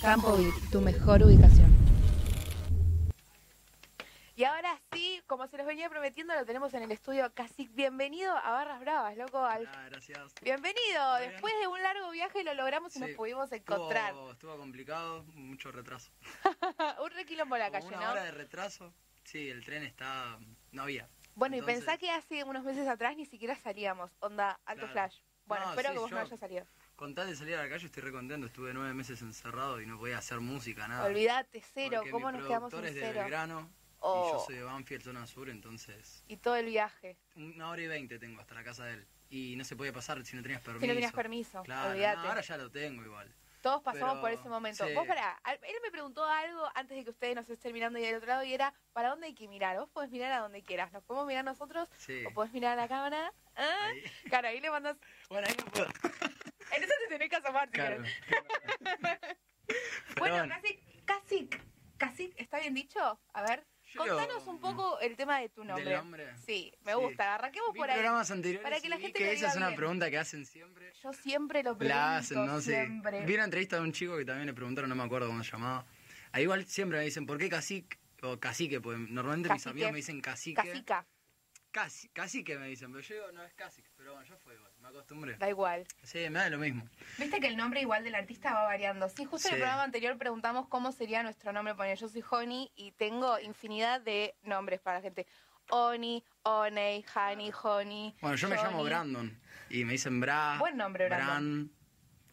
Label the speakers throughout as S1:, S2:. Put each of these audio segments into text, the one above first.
S1: Campovic, tu mejor ubicación.
S2: Y ahora sí, como se los venía prometiendo, lo tenemos en el estudio casi bienvenido a Barras Bravas, loco. al-
S3: Ah, gracias.
S2: Bienvenido.
S3: bien?
S2: Después de un largo viaje lo logramos y nos
S3: Sí.
S2: pudimos
S3: Estuvo-
S2: encontrar.
S3: Estuvo, complicado, mucho retraso.
S2: un requilombo la
S3: Como
S2: calle,
S3: una
S2: ¿no?
S3: hora de retraso. Sí, el tren está. No había.
S2: Bueno, y
S3: Entonces-
S2: pensá que hace unos meses atrás ni siquiera salíamos. Onda, alto
S3: Claro.
S2: flash. Bueno,
S3: No,
S2: espero
S3: sí,
S2: que vos no
S3: yo-
S2: hayas salido.
S3: Con tal de salir a la calle estoy re contento. Estuve nueve meses encerrado y no podía hacer música, nada.
S2: Olvídate, cero.
S3: Ah. Porque
S2: ¿Cómo
S3: mi
S2: nos quedamos en
S3: productor es de
S2: cero?
S3: Belgrano y yo
S2: Oh,
S3: soy de Banfield, zona sur, entonces.
S2: y todo el viaje.
S3: Una hora y veinte tengo hasta la casa de él. Y no se podía pasar si no tenías permiso.
S2: Si no tenías permiso,
S3: Claro, no,
S2: olvídate.
S3: ahora ya lo tengo igual.
S2: Todos pasamos
S3: Pero,
S2: por ese momento.
S3: sí.
S2: Vos pará, al- él me preguntó algo antes de que ustedes nos estén mirando y del otro lado y era, ¿para dónde hay que mirar? Vos podés mirar a donde quieras, nos podemos mirar nosotros
S3: Sí.
S2: o podés mirar a la cámara. ¿Ah?
S3: Ahí-
S2: Claro, ahí le mandas...
S3: Bueno, ahí no puedo.
S2: Entonces te tenés que asomar, si
S3: Claro.
S2: querés.
S3: Pero
S2: Bueno, casi, casi, casi, ¿está bien dicho? A ver,
S3: yo-
S2: contanos un poco el tema de tu
S3: del
S2: nombre.
S3: nombre.
S2: Sí, me
S3: Sí.
S2: gusta, arranquemos
S3: Vi
S2: por ahí.
S3: programas anteriores
S2: Para que la
S3: y vi
S2: gente lo
S3: esa es
S2: diga
S3: una
S2: bien.
S3: pregunta que hacen siempre.
S2: Yo siempre lo pregunto,
S3: La hacen, no sé.
S2: siempre.
S3: Vi una entrevista de un chico que también le preguntaron, no me acuerdo cómo se llamaba. Ah, igual siempre me dicen, ¿por qué cacique? O cacique, pues normalmente
S2: Cacique.
S3: mis amigos me dicen cacique.
S2: Casica,
S3: Casi, cacique me dicen, pero yo digo, no es cacique. Pero bueno, ya fue igual, me acostumbré.
S2: da igual.
S3: Sí, me da lo mismo.
S2: Viste que el nombre igual del artista va variando. Sí, justo en el
S3: Sí.
S2: programa anterior preguntamos cómo sería nuestro nombre. Poner yo soy Honey y tengo infinidad de nombres para la gente. Oni, Oney, Honey, Honey.
S3: Bueno, yo me llamo
S2: Johnny.
S3: Brandon y me dicen Bra.
S2: Buen nombre, Brandon.
S3: Bran,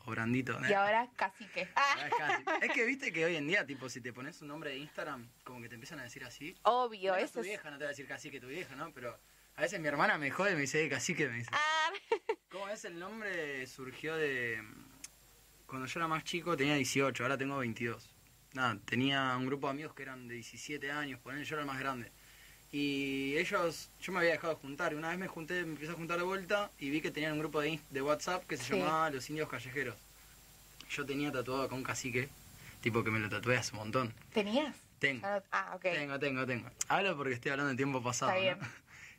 S3: o Brandito.
S2: Y ahora Cacique. Ah,
S3: eh. Ah, es cacique. Es que viste que hoy en día, tipo, si te pones un nombre de Instagram, como que te empiezan a decir así.
S2: obvio,
S3: Menos
S2: eso
S3: tu
S2: es.
S3: vieja, no te va a decir cacique tu vieja, ¿no? Pero a veces mi hermana me jode y me dice "Eh, cacique, me dice.
S2: Ah,
S3: ¿Cómo es el nombre? Surgió de... Cuando yo era más chico tenía 18, ahora tengo 22. Nada, tenía un grupo de amigos que eran de 17 años, ponen yo era el más grande. Y ellos, yo me había dejado juntar, y una vez me junté, me empecé a juntar de vuelta y vi que tenían un grupo de, Inst- de WhatsApp que se
S2: Sí.
S3: llamaba Los Indios Callejeros. Yo tenía tatuado con cacique, tipo que me lo tatué hace un montón.
S2: ¿Tenías?
S3: Tengo.
S2: Ya no- Ah, ok.
S3: Tengo, tengo, tengo. Hablo porque estoy hablando de tiempo pasado.
S2: Está bien.
S3: ¿no?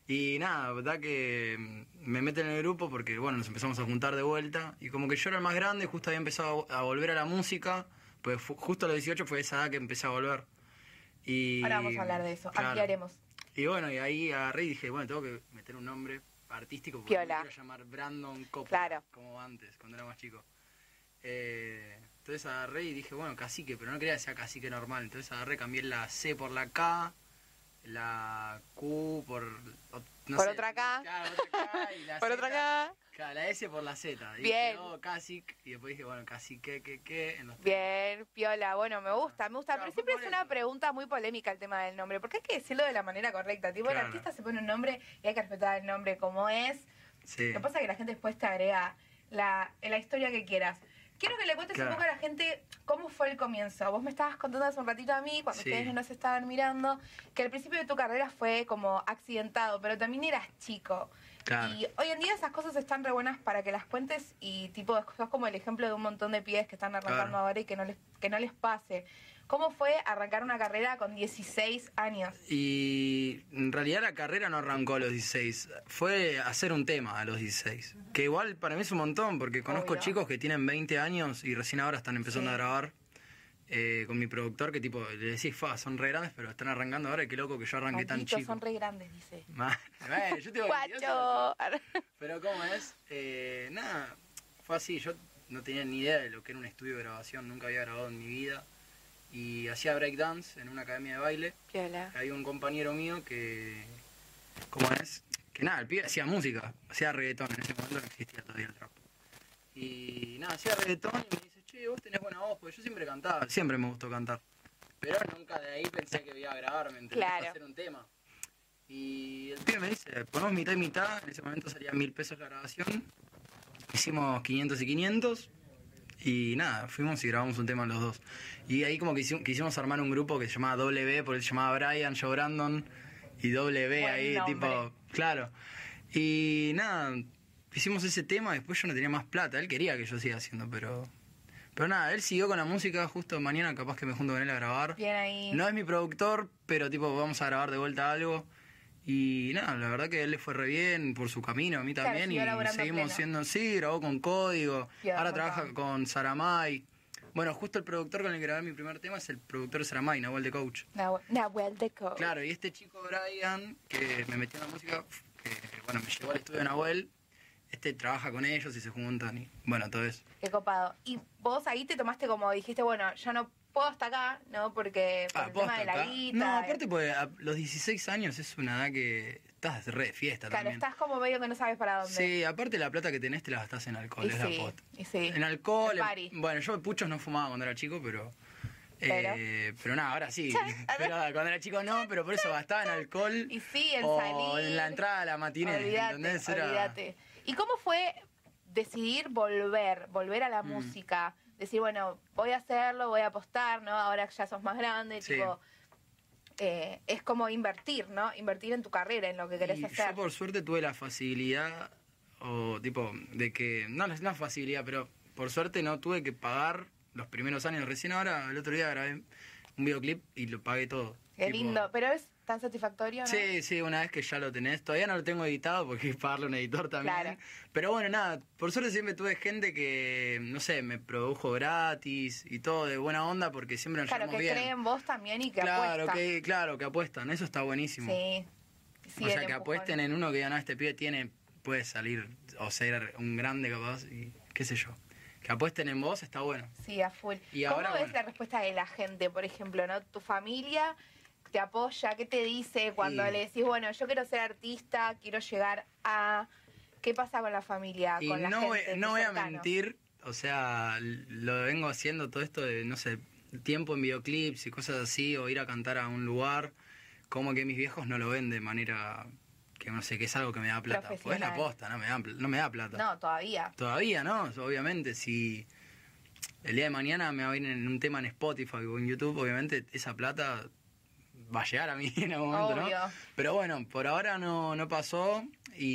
S3: Y nada, verdad que mm, me meten en el grupo porque, bueno, nos empezamos a juntar de vuelta. Y como que yo era el más grande, justo había empezado a a volver a la música. Pues fu- justo a los 18 fue esa edad que empecé a volver. Y,
S2: Ahora vamos a hablar de eso.
S3: Claro.
S2: Ampliaremos.
S3: Y bueno, y ahí agarré y dije, bueno, tengo que meter un nombre artístico porque
S2: Piola.
S3: me quiero llamar Brandon Coppola,
S2: Claro.
S3: como antes, cuando era más chico. Eh, entonces agarré y dije, bueno, cacique, pero no quería que sea cacique normal. Entonces agarré, cambié la C por la K, la Q por... o- no
S2: Por
S3: sé.
S2: otra K.
S3: Claro, otra K y la
S2: Por otra
S3: Z.
S2: acá.
S3: Claro, la S por la Z. Y
S2: Bien.
S3: Dije, oh, cacique. Y después dije, bueno, cacique, que, que, en los
S2: Bien, piola, bueno, me gusta, me gusta, pero
S3: Claro, fue
S2: siempre
S3: por
S2: es una
S3: eso.
S2: pregunta muy polémica el tema del nombre, porque hay que decirlo de la manera correcta, tipo el
S3: Claro.
S2: artista se pone un nombre y hay que respetar el nombre como es,
S3: Sí.
S2: lo que pasa es que la gente después te agrega la, la historia que quieras. Quiero que le cuentes
S3: Claro.
S2: un poco a la gente cómo fue el comienzo. Vos me estabas contando hace un ratito a mí, cuando
S3: Sí.
S2: ustedes no nos estaban mirando, que al principio de tu carrera fue como accidentado, pero también eras chico.
S3: Claro.
S2: Y hoy en día esas cosas están re buenas para que las cuentes y tipo, sos como el ejemplo de un montón de pies que están arrancando
S3: Claro.
S2: ahora y que no les, que no les pase. ¿Cómo fue arrancar una carrera con 16 años?
S3: Y en realidad la carrera no arrancó a los 16, fue hacer un tema a los 16. Que igual para mí es un montón, porque conozco
S2: Obvio.
S3: chicos que tienen 20 años y recién ahora están empezando
S2: Sí.
S3: a grabar eh, con mi productor, que tipo, le decís, fa, son re grandes, pero están arrancando ahora y qué loco que yo arranqué tan
S2: Patitos,
S3: chico.
S2: son re grandes, dice.
S3: Ma- Bueno, yo tengo 22 años.
S2: ¡Guacho!
S3: Pero ¿cómo es? Eh, nada, fue así, yo no tenía ni idea de lo que era un estudio de grabación, nunca había grabado en mi vida. Y hacía breakdance en una academia de baile.
S2: Piola.
S3: Había un compañero mío que. ¿Cómo es? Que nada, el pibe hacía música, hacía reggaetón. En ese momento no existía todavía el rap. Y nada, hacía reggaetón y me dice, che, vos tenés buena voz, porque yo siempre cantaba, siempre me gustó cantar. Pero nunca de ahí pensé que iba a grabarme, ¿entendés?
S2: Claro.
S3: Hacer un tema. Y el pibe me dice, ponemos mitad y mitad. En ese momento salía mil pesos la grabación. Hicimos 500 y 500. Y nada, fuimos y grabamos un tema los dos. Y ahí como que hicimos, quisimos armar un grupo que se llamaba W, porque se llamaba Brian, yo Brandon, y W
S2: Buen
S3: ahí,
S2: nombre.
S3: tipo, claro. Y nada, hicimos ese tema, después yo no tenía más plata, él quería que yo siga haciendo, pero... Pero nada, él siguió con la música, justo mañana capaz que me junto con él a grabar.
S2: Bien ahí.
S3: No es mi productor, pero tipo, vamos a grabar de vuelta algo. Y nada, la verdad que él le fue re bien por su camino, a mí
S2: Claro,
S3: también.
S2: siguió
S3: y
S2: laburando
S3: seguimos
S2: pleno.
S3: siendo, sí, grabó con código.
S2: Bien,
S3: ahora
S2: un
S3: trabaja
S2: montón.
S3: con Saramay. Bueno, justo el productor con el que grabé mi primer tema es el productor Saramay, Nahuel de Coach.
S2: Nahue- Nahuel de Co.
S3: Claro, y este chico Brian, que me metió en la música, que bueno, me llevó al estudio de Nahuel, este trabaja con ellos y se juntan y bueno, todo eso.
S2: Qué copado. Y vos ahí te tomaste como, dijiste, bueno, ya no puedo hasta acá, ¿no? Porque por el tema
S3: posta,
S2: de la
S3: Ah, acá.
S2: guita.
S3: No, aparte porque a los 16 años es una edad que estás re de fiesta
S2: Claro,
S3: también.
S2: estás como medio que no sabes para dónde.
S3: Sí, aparte la plata que tenés te la gastás en alcohol,
S2: y
S3: es
S2: sí,
S3: la posta.
S2: y sí.
S3: En alcohol,
S2: El
S3: en-
S2: party.
S3: bueno, yo puchos no fumaba cuando era chico, pero...
S2: Pero.
S3: eh, pero nada, ahora sí. pero cuando era chico no, pero por eso gastaba en alcohol
S2: Y sí, en
S3: o
S2: salir.
S3: en la entrada a la matiné,
S2: Olvídate,
S3: ¿entendés? Era-
S2: olvídate. ¿Y cómo fue decidir volver, volver a la
S3: Mm.
S2: música? Decir, bueno, voy a hacerlo, voy a apostar, ¿no? Ahora que ya sos más grande,
S3: Sí.
S2: tipo, eh, es como invertir, ¿no? Invertir en tu carrera, en lo que querés
S3: Y
S2: hacer.
S3: Yo por suerte tuve la facilidad, o tipo, de que, no, no es una facilidad, pero por suerte no tuve que pagar los primeros años. Recién ahora, el otro día grabé un videoclip y lo pagué todo.
S2: Qué
S3: Tipo,
S2: lindo, pero es tan satisfactorio, ¿no?
S3: Sí, sí, una vez que ya lo tenés. Todavía no lo tengo editado porque hay que pagarle a un editor también.
S2: Claro.
S3: Pero bueno, nada, por suerte siempre tuve gente que, no sé, me produjo gratis y todo de buena onda porque siempre nos
S2: Claro, que
S3: llevamos bien.
S2: creen vos también y que
S3: claro,
S2: apuestan.
S3: que, claro, que apuestan. Eso está buenísimo.
S2: Sí. sí,
S3: o sea,
S2: el
S3: que
S2: empujón.
S3: apuesten en uno que digan, no, este pibe tiene, puede salir o ser un grande capaz y qué sé yo. Que apuesten en vos está bueno.
S2: Sí, a full.
S3: Y
S2: ¿Cómo
S3: ahora,
S2: ves
S3: bueno.
S2: la respuesta de la gente, por ejemplo, no? Tu familia te apoya, ¿qué te dice cuando
S3: Y-
S2: le decís, bueno, yo quiero ser artista, quiero llegar a ¿Qué pasa con la familia,
S3: Y
S2: con la
S3: no,
S2: gente?
S3: voy-
S2: tus
S3: no voy a
S2: cercanos?
S3: mentir, o sea, lo vengo haciendo todo esto de, no sé, tiempo en videoclips y cosas así, o ir a cantar a un lugar, como que mis viejos no lo ven de manera que no sé, que es algo que me da plata. Pues es la
S2: Profesional.
S3: posta, no me da, pl- no me da plata.
S2: No, todavía.
S3: Todavía no, obviamente, si el día de mañana me va a ir en un tema en Spotify o en YouTube, obviamente esa plata va a llegar a mí en algún momento,
S2: Obvio.
S3: ¿no? Pero bueno, por ahora no, no pasó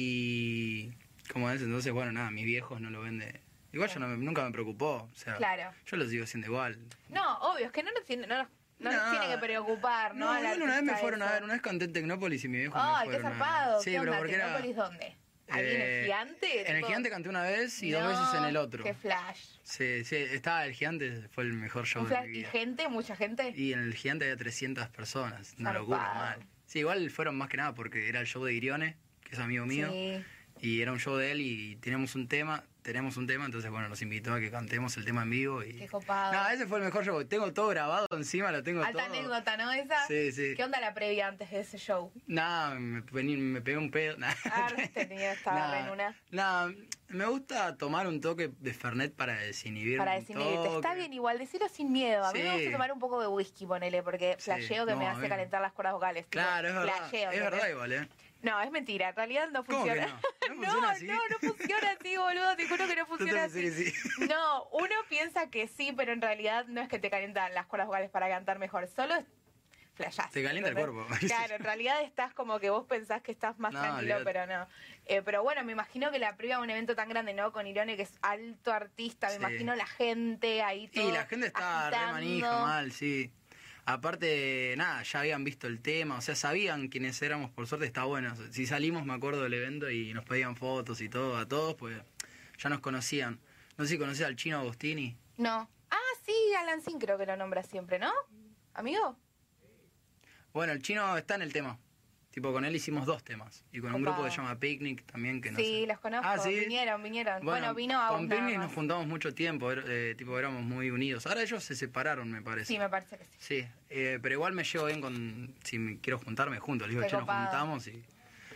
S3: y como es, entonces, bueno, nada, mis viejos no lo venden. Igual yo no me- nunca me preocupó, o sea,
S2: Claro.
S3: yo lo sigo siendo igual.
S2: No, obvio, es que no nos tiene, no nos, no nos
S3: No.
S2: tiene que preocupar, ¿no?
S3: No,
S2: Al
S3: igual una vez me
S2: artista
S3: fueron
S2: eso.
S3: a ver, una vez canté en Tecnópolis y mi viejo
S2: Ay,
S3: me
S2: qué
S3: fueron a ver.
S2: zarpado.
S3: Sí,
S2: ¿Qué
S3: pero
S2: onda?
S3: porque era...
S2: ¿Tecnópolis dónde? ¿Ahí en
S3: eh,
S2: el gigante?
S3: En el
S2: Tipo,
S3: gigante canté una vez y dos
S2: no,
S3: veces en el otro.
S2: Qué flash.
S3: Sí, sí, estaba el gigante, fue el mejor show
S2: Un
S3: de
S2: flash
S3: mi
S2: y
S3: vida.
S2: gente, mucha gente.
S3: Y en el gigante había 300 personas, una
S2: Zarpado.
S3: locura, mal. Sí, igual fueron más que nada porque era el show de Irione, que es amigo mío,
S2: Sí.
S3: y era un show de él y tenemos un tema, tenemos un tema, entonces bueno, nos invitó a que cantemos el tema en vivo y...
S2: Qué copado.
S3: No, ese fue el mejor show, tengo todo grabado encima, lo tengo
S2: Alta
S3: todo.
S2: anécdota, ¿no? Esa.
S3: Sí, sí.
S2: ¿Qué onda la previa antes de ese show?
S3: Nada, me, vení- me pegué un pedo. Nah.
S2: Ah, tenía, estaba re en una.
S3: Nah, me gusta tomar un toque de Fernet para desinhibir.
S2: Para
S3: un
S2: desinhibirte. Está
S3: toque.
S2: bien igual, decirlo sin miedo. A mí me
S3: Sí.
S2: gusta tomar un poco de whisky, ponele, porque
S3: Sí.
S2: flasheo que
S3: No,
S2: me
S3: a
S2: hace
S3: mí-
S2: calentar las cuerdas vocales. tipo,
S3: Claro, es verdad.
S2: flasheo,
S3: es
S2: ¿entendés?
S3: verdad igual, ¿eh?
S2: No, es mentira. En realidad no
S3: ¿Cómo que
S2: funciona.
S3: no? ¿No funciona así?
S2: no, no funciona así, boludo. Te juro que no
S3: Yo te
S2: funciona
S3: pensé
S2: así.
S3: que sí.
S2: No, uno piensa que sí, pero en realidad no es que te calientan las cuerdas vocales para cantar mejor, solo es flashás.
S3: Te calienta el
S2: ¿entendés?
S3: cuerpo.
S2: Claro, en realidad estás como que vos pensás que estás más
S3: No,
S2: tranquilo,
S3: olvidate.
S2: pero no. Eh, pero bueno, me imagino que la previa de un evento tan grande, ¿no? Con Irone, que es alto artista, me
S3: Sí.
S2: imagino la gente ahí todo
S3: Y la gente está re
S2: agitando.
S3: manija, mal, sí. Aparte, nada, ya habían visto el tema, o sea, sabían quiénes éramos, por suerte está bueno. Si salimos, me acuerdo del evento y nos pedían fotos y todo a todos, pues ya nos conocían. No sé si conocés al chino Agostini.
S2: No. Ah, sí, Alan Sin creo que lo nombra siempre, ¿no? ¿Amigo?
S3: Bueno, el chino está en el tema. Tipo, con él hicimos dos temas. Y con un
S2: Copado.
S3: grupo que se llama Picnic también, que no
S2: sí,
S3: sé.
S2: los conozco.
S3: Ah, ¿sí?
S2: Vinieron, vinieron. Bueno, vino a
S3: Con
S2: vos nada
S3: Picnic
S2: más.
S3: nos juntamos mucho tiempo, er- eh, tipo, éramos muy unidos. Ahora ellos se separaron, me parece.
S2: Sí, me parece que sí.
S3: Sí, eh, pero igual me llevo bien con. Si me quiero juntarme juntos, les digo,
S2: Qué
S3: che, nos
S2: copado.
S3: juntamos y.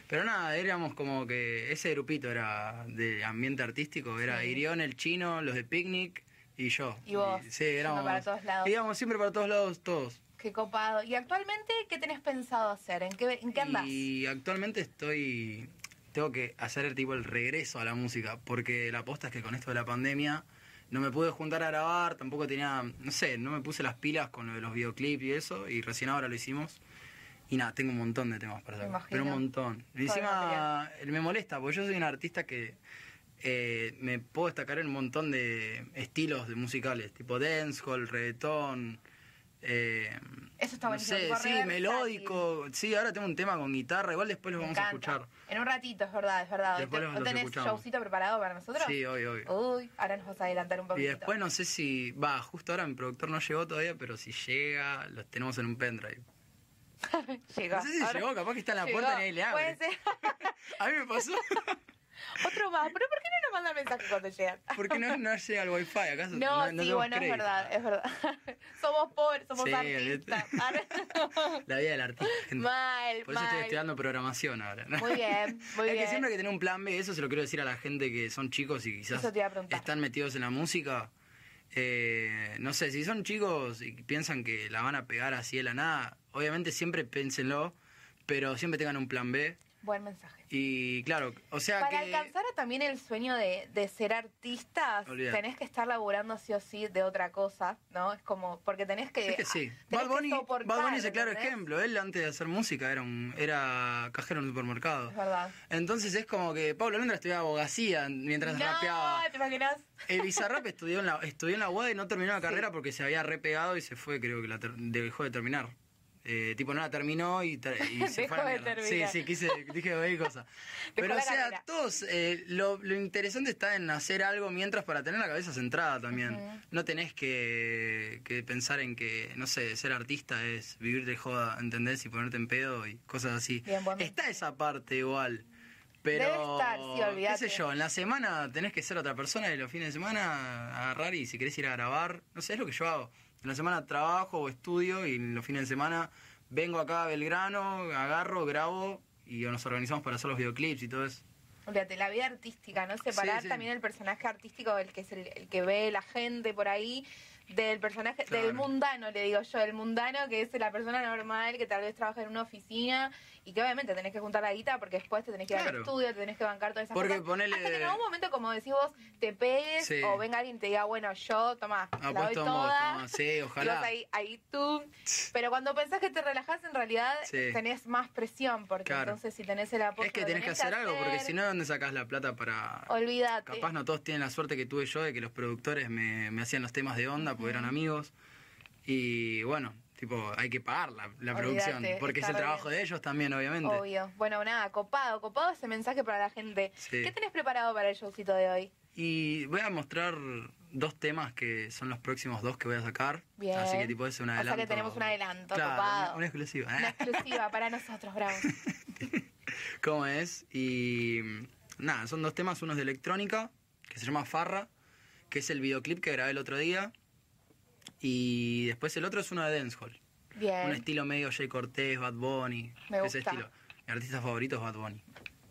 S3: Pero nada, éramos como que. Ese grupito era de ambiente artístico, era
S2: Sí.
S3: Irión, el chino, los de Picnic y yo.
S2: Y vos,
S3: sí,
S2: yendo
S3: éramos.
S2: para todos lados.
S3: Íbamos siempre para todos lados, todos.
S2: Qué copado. ¿Y actualmente qué tenés pensado hacer? ¿En qué, en qué andás?
S3: Y actualmente estoy. Tengo que hacer el tipo el regreso a la música, porque la aposta es que con esto de la pandemia no me pude juntar a grabar, tampoco tenía. No sé, no me puse las pilas con lo de los videoclips y eso, y recién ahora lo hicimos. Y nada, tengo un montón de temas para
S2: Me
S3: hacer.
S2: imagino.
S3: Pero un montón. Y
S2: Todo el
S3: encima él me molesta, porque yo soy un artista que eh, me puedo destacar en un montón de estilos de musicales, tipo dancehall, reggaetón, eh,
S2: Eso está
S3: no
S2: buenísimo.
S3: sé,
S2: tipo, re
S3: sí,
S2: versátil.
S3: melódico. Sí, ahora tengo un tema con guitarra, igual después los
S2: Me
S3: vamos a
S2: encanta.
S3: escuchar.
S2: En un ratito, es verdad, es verdad.
S3: Después
S2: ¿No
S3: los
S2: tenés
S3: escuchamos.
S2: showcito preparado para nosotros?
S3: Sí, hoy, hoy.
S2: Uy, ahora nos vas a adelantar un
S3: Y
S2: poquito.
S3: después no sé si. Va, justo ahora mi productor no llegó todavía, pero si llega, los tenemos en un pendrive.
S2: llegó.
S3: No sé si
S2: Ahora-
S3: llegó, capaz que está en la
S2: llegó.
S3: puerta y nadie le
S2: Puede
S3: abre.
S2: ser.
S3: A mí me pasó.
S2: Otro más. ¿Pero por qué no nos mandan mensaje cuando llegan?
S3: Porque no, no llega el wifi acaso.
S2: No, sí,
S3: tenemos
S2: bueno, es
S3: crédito.
S2: verdad, es verdad. somos pobres, somos
S3: Sí,
S2: artistas.
S3: La vida del artista. gente.
S2: mal,
S3: Por eso estoy
S2: mal.
S3: estudiando programación ahora.
S2: Muy bien, muy
S3: es
S2: bien.
S3: que siempre hay que tener un plan B, eso se lo quiero decir a la gente que son chicos y quizás
S2: Eso te iba a preguntar.
S3: están metidos en la música. Eh, no sé, si son chicos y piensan que la van a pegar así de la nada, obviamente siempre piénsenlo, pero siempre tengan un plan B.
S2: Buen mensaje.
S3: Y claro, o sea
S2: Para
S3: que.
S2: alcanzar también el sueño de, de ser artistas,
S3: Olvidate.
S2: tenés que estar laburando sí o sí de otra cosa, ¿no? Es como, porque tenés que...
S3: Es que sí.
S2: eh, tenés
S3: Bad
S2: que
S3: Bunny,
S2: soportar,
S3: Bad Bunny es el claro
S2: ¿entendés?
S3: ejemplo. Él antes de hacer música era un, era cajero en un supermercado.
S2: Es verdad.
S3: Entonces es como que Pablo Londra estudiaba abogacía mientras rapeaba.
S2: No, ¿te imaginas?
S3: El Bizarrap estudió en la, estudió en la UAD y no terminó la carrera porque se había repegado y se fue, creo que la ter- dejó de terminar. Eh, tipo, no la terminó y, ter- y se
S2: Dejó
S3: fue a la
S2: de
S3: mierda.
S2: terminar.
S3: Sí, sí, quise, dije cualquier cosa. Pero,
S2: la
S3: o sea,
S2: carrera.
S3: todos, eh, lo, lo interesante está en hacer algo mientras para tener la cabeza centrada también.
S2: Ujú.
S3: No tenés que, que pensar en que, no sé, ser artista es vivir de joda, ¿entendés? Y ponerte en pedo y cosas así.
S2: Bien, buen
S3: está esa parte igual. Pero,
S2: Debe estar, sí, olvídate.
S3: qué sé yo, en la semana tenés que ser otra persona y los fines de semana agarrar y si querés ir a grabar, no sé, es lo que yo hago. En la semana trabajo o estudio y en los fines de semana vengo acá a Belgrano, agarro, grabo y nos organizamos para hacer los videoclips y todo eso.
S2: Olvídate, la vida artística, ¿no? Separar
S3: sí.
S2: también el personaje artístico, el que es el, el que ve la gente por ahí, del personaje,
S3: Claro.
S2: del mundano, le digo yo, el mundano que es la persona normal que tal vez trabaja en una oficina y que obviamente tenés que juntar la guita porque después te tenés que ir al
S3: Claro.
S2: estudio, te tenés que bancar todas esas
S3: Porque
S2: cosas.
S3: ponele-
S2: Hasta que en algún momento, como decís vos, te pegues
S3: Sí.
S2: o venga alguien y te diga, bueno, yo, tomá, la doy
S3: Apuesto en vos,
S2: toda.
S3: no, sí,
S2: Y vas
S3: ojalá.
S2: ahí, ahí tú. Pero cuando pensás que te relajás, en realidad
S3: Sí.
S2: tenés más presión, porque
S3: Claro.
S2: entonces si tenés el apoyo.
S3: Es que
S2: lo
S3: tenés que hacer algo, porque
S2: hacer.
S3: si no, ¿dónde sacás la plata para...?
S2: Olvídate.
S3: Capaz no todos tienen la suerte que tuve yo de que los productores me, me hacían los temas de onda porque eran amigos. Y bueno, tipo, hay que pagar la, la
S2: Olvídate,
S3: producción, porque es
S2: está
S3: el
S2: re
S3: trabajo
S2: bien.
S3: de ellos también, obviamente.
S2: Obvio. Bueno, nada, copado, copado ese mensaje para la gente.
S3: Sí.
S2: ¿Qué tenés preparado para el showcito de hoy?
S3: Y voy a mostrar dos temas que son los próximos dos que voy a sacar.
S2: Bien.
S3: Así que tipo es un
S2: O sea
S3: adelanto.
S2: que tenemos un adelanto,
S3: Claro,
S2: copado.
S3: una- una exclusiva. ¿eh?
S2: Una exclusiva para nosotros, bravo.
S3: ¿Cómo es? Y nada, son dos temas, uno es de electrónica, que se llama Farra, que es el videoclip que grabé el otro día. Y después el otro es uno de Dancehall. Un
S2: Bien,
S3: estilo medio Jay Cortés, Bad Bunny.
S2: Eh. Me
S3: Ese
S2: gusta.
S3: estilo. Mi artista favorito es Bad Bunny.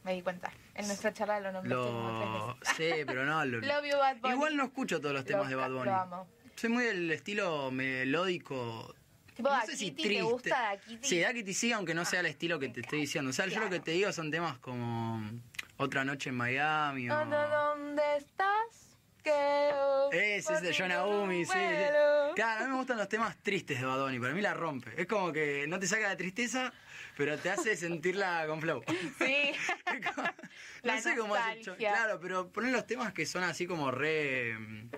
S2: me di cuenta. En nuestra charla lo nombraste como tres
S3: Lo
S2: veces.
S3: sé, pero no. Lo...
S2: Love you, Bad Bunny.
S3: Igual no escucho todos los temas de
S2: Loca,
S3: Bad Bunny.
S2: Lo amo.
S3: Soy muy del estilo melódico.
S2: Tipo,
S3: no
S2: Da
S3: sé si
S2: Kitty, ¿te
S3: triste.
S2: gusta Da Kitty?
S3: Sí, Da Kitty sí, aunque no sea el estilo que te estoy diciendo. O sea, yo
S2: Claro.
S3: lo que te digo son temas como Otra noche en Miami o...
S2: ¿Dónde, dónde estás? Que
S3: Ese es de John Aumi, sí, sí.
S2: Vuelo.
S3: Claro, a mí me gustan los temas tristes de Bad Bunny, para mí la rompe. Es como que no te saca de tristeza, pero te hace sentirla con flow.
S2: Sí. La
S3: no sé cómo hace el cho-
S2: nostalgia.
S3: Claro, pero ponen los temas que son así como re. mm,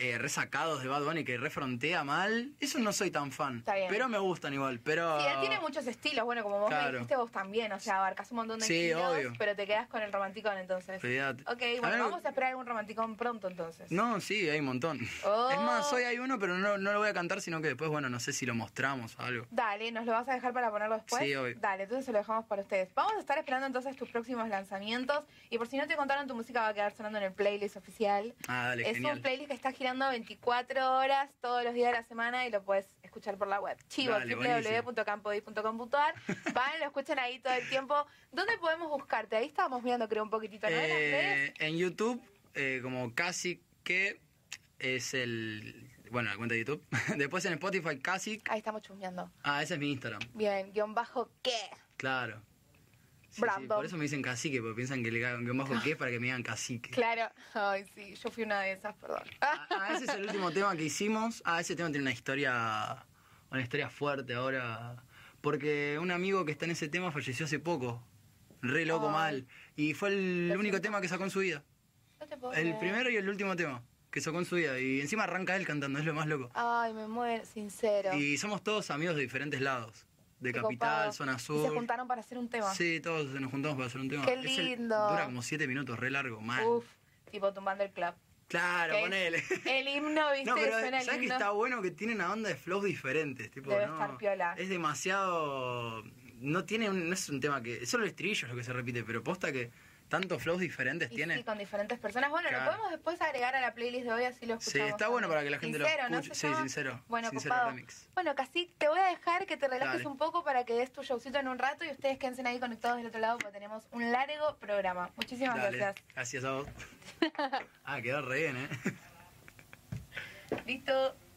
S3: eh, re sacados de Bad Bunny, que re frontea mal. Eso no soy tan fan.
S2: Está bien.
S3: Pero me gustan igual. Pero.
S2: Sí, él tiene muchos estilos. Bueno, como vos me
S3: Ah. Claro.
S2: dijiste, vos también. O sea, abarcas un montón de
S3: Sí,
S2: estilos,
S3: obvio.
S2: pero te quedas con el romanticón entonces.
S3: Olvídate.
S2: Ok,
S3: A
S2: bueno,
S3: ver,
S2: vamos a esperar algún romanticón pronto entonces.
S3: No, sí, hay un montón.
S2: Oh.
S3: Es más, hoy hay uno, pero no, no lo voy a cantar, sino que después, bueno, no sé si lo mostramos o algo.
S2: Dale, ¿nos lo vas a dejar para ponerlo después?
S3: Sí, obvio.
S2: Dale, entonces se lo dejamos para ustedes. Vamos a estar esperando entonces tus próximos lanzamientos. Y por si no te contaron, tu música va a quedar sonando en el playlist oficial.
S3: Ah, dale,
S2: es
S3: genial.
S2: un playlist que está girando 24 horas todos los días de la semana y lo puedes escuchar por la web. Chivo,
S3: Dale, buenísimo.
S2: www.campodis.com.ar. Van, lo escuchan ahí todo el tiempo. ¿Dónde podemos buscarte? Ahí estábamos mirando, creo, un poquitito, ¿no? En las redes.
S3: Eh, en YouTube, eh, como casi que es el. Bueno, la cuenta de YouTube. Después en Spotify, casi.
S2: Ahí estamos chusmeando.
S3: Ah, ese es mi Instagram.
S2: Bien, guión bajo, ¿qué?
S3: Claro. Sí,
S2: Brandon.
S3: sí, por eso me dicen cacique, porque piensan que le hagan que bajo que es para que me digan cacique.
S2: Claro. Ay, sí, yo fui una de esas, perdón.
S3: Ah, ah, ese es el último tema que hicimos. Ah, ese tema tiene una historia, una historia fuerte ahora. Porque un amigo que está en ese tema falleció hace poco. Re loco
S2: Ay.
S3: mal. Y fue el
S2: Lo
S3: único
S2: siento.
S3: tema que sacó en su vida.
S2: No te puedo
S3: El
S2: creer.
S3: primero y el último tema. Que que sacó en su vida. Y encima arranca él cantando, es lo más loco.
S2: Ay, me muero, sincero.
S3: Y somos todos amigos de diferentes lados. De
S2: Qué
S3: Capital,
S2: copado.
S3: Zona
S2: Y
S3: Sur.
S2: se juntaron para hacer un tema.
S3: Sí, todos nos juntamos para hacer un tema.
S2: Qué
S3: Es el-
S2: lindo.
S3: dura como siete minutos, re largo, mal.
S2: Uf, tipo tumbando el club.
S3: claro,
S2: ¿Qué?
S3: ponele.
S2: El himno, ¿viste?
S3: No, pero
S2: Suena
S3: ¿sabes
S2: el
S3: que
S2: himno.
S3: está bueno que tiene una onda de flows diferentes? Tipo,
S2: Debe
S3: no,
S2: estar piola.
S3: Es demasiado... No tiene un, no es un tema que... Solo el estribillo es lo que se repite, pero posta que tantos flows diferentes
S2: Y
S3: tiene.
S2: sí, con diferentes personas. Bueno,
S3: Claro.
S2: lo podemos después agregar a la playlist de hoy, así lo escuchamos.
S3: Sí, está bueno
S2: también.
S3: para que la gente
S2: Sincero,
S3: lo
S2: ¿no?
S3: escuche.
S2: ¿Se
S3: sí,
S2: llama?
S3: sincero.
S2: Bueno,
S3: sincero
S2: copado.
S3: remix.
S2: Bueno, casi te voy a dejar que te relajes
S3: Dale.
S2: un poco para que des tu showcito en un rato y ustedes quédense ahí conectados del otro lado porque tenemos un largo programa. Muchísimas
S3: Dale,
S2: gracias.
S3: Gracias a vos. ah, quedó re bien, ¿eh?
S2: Listo.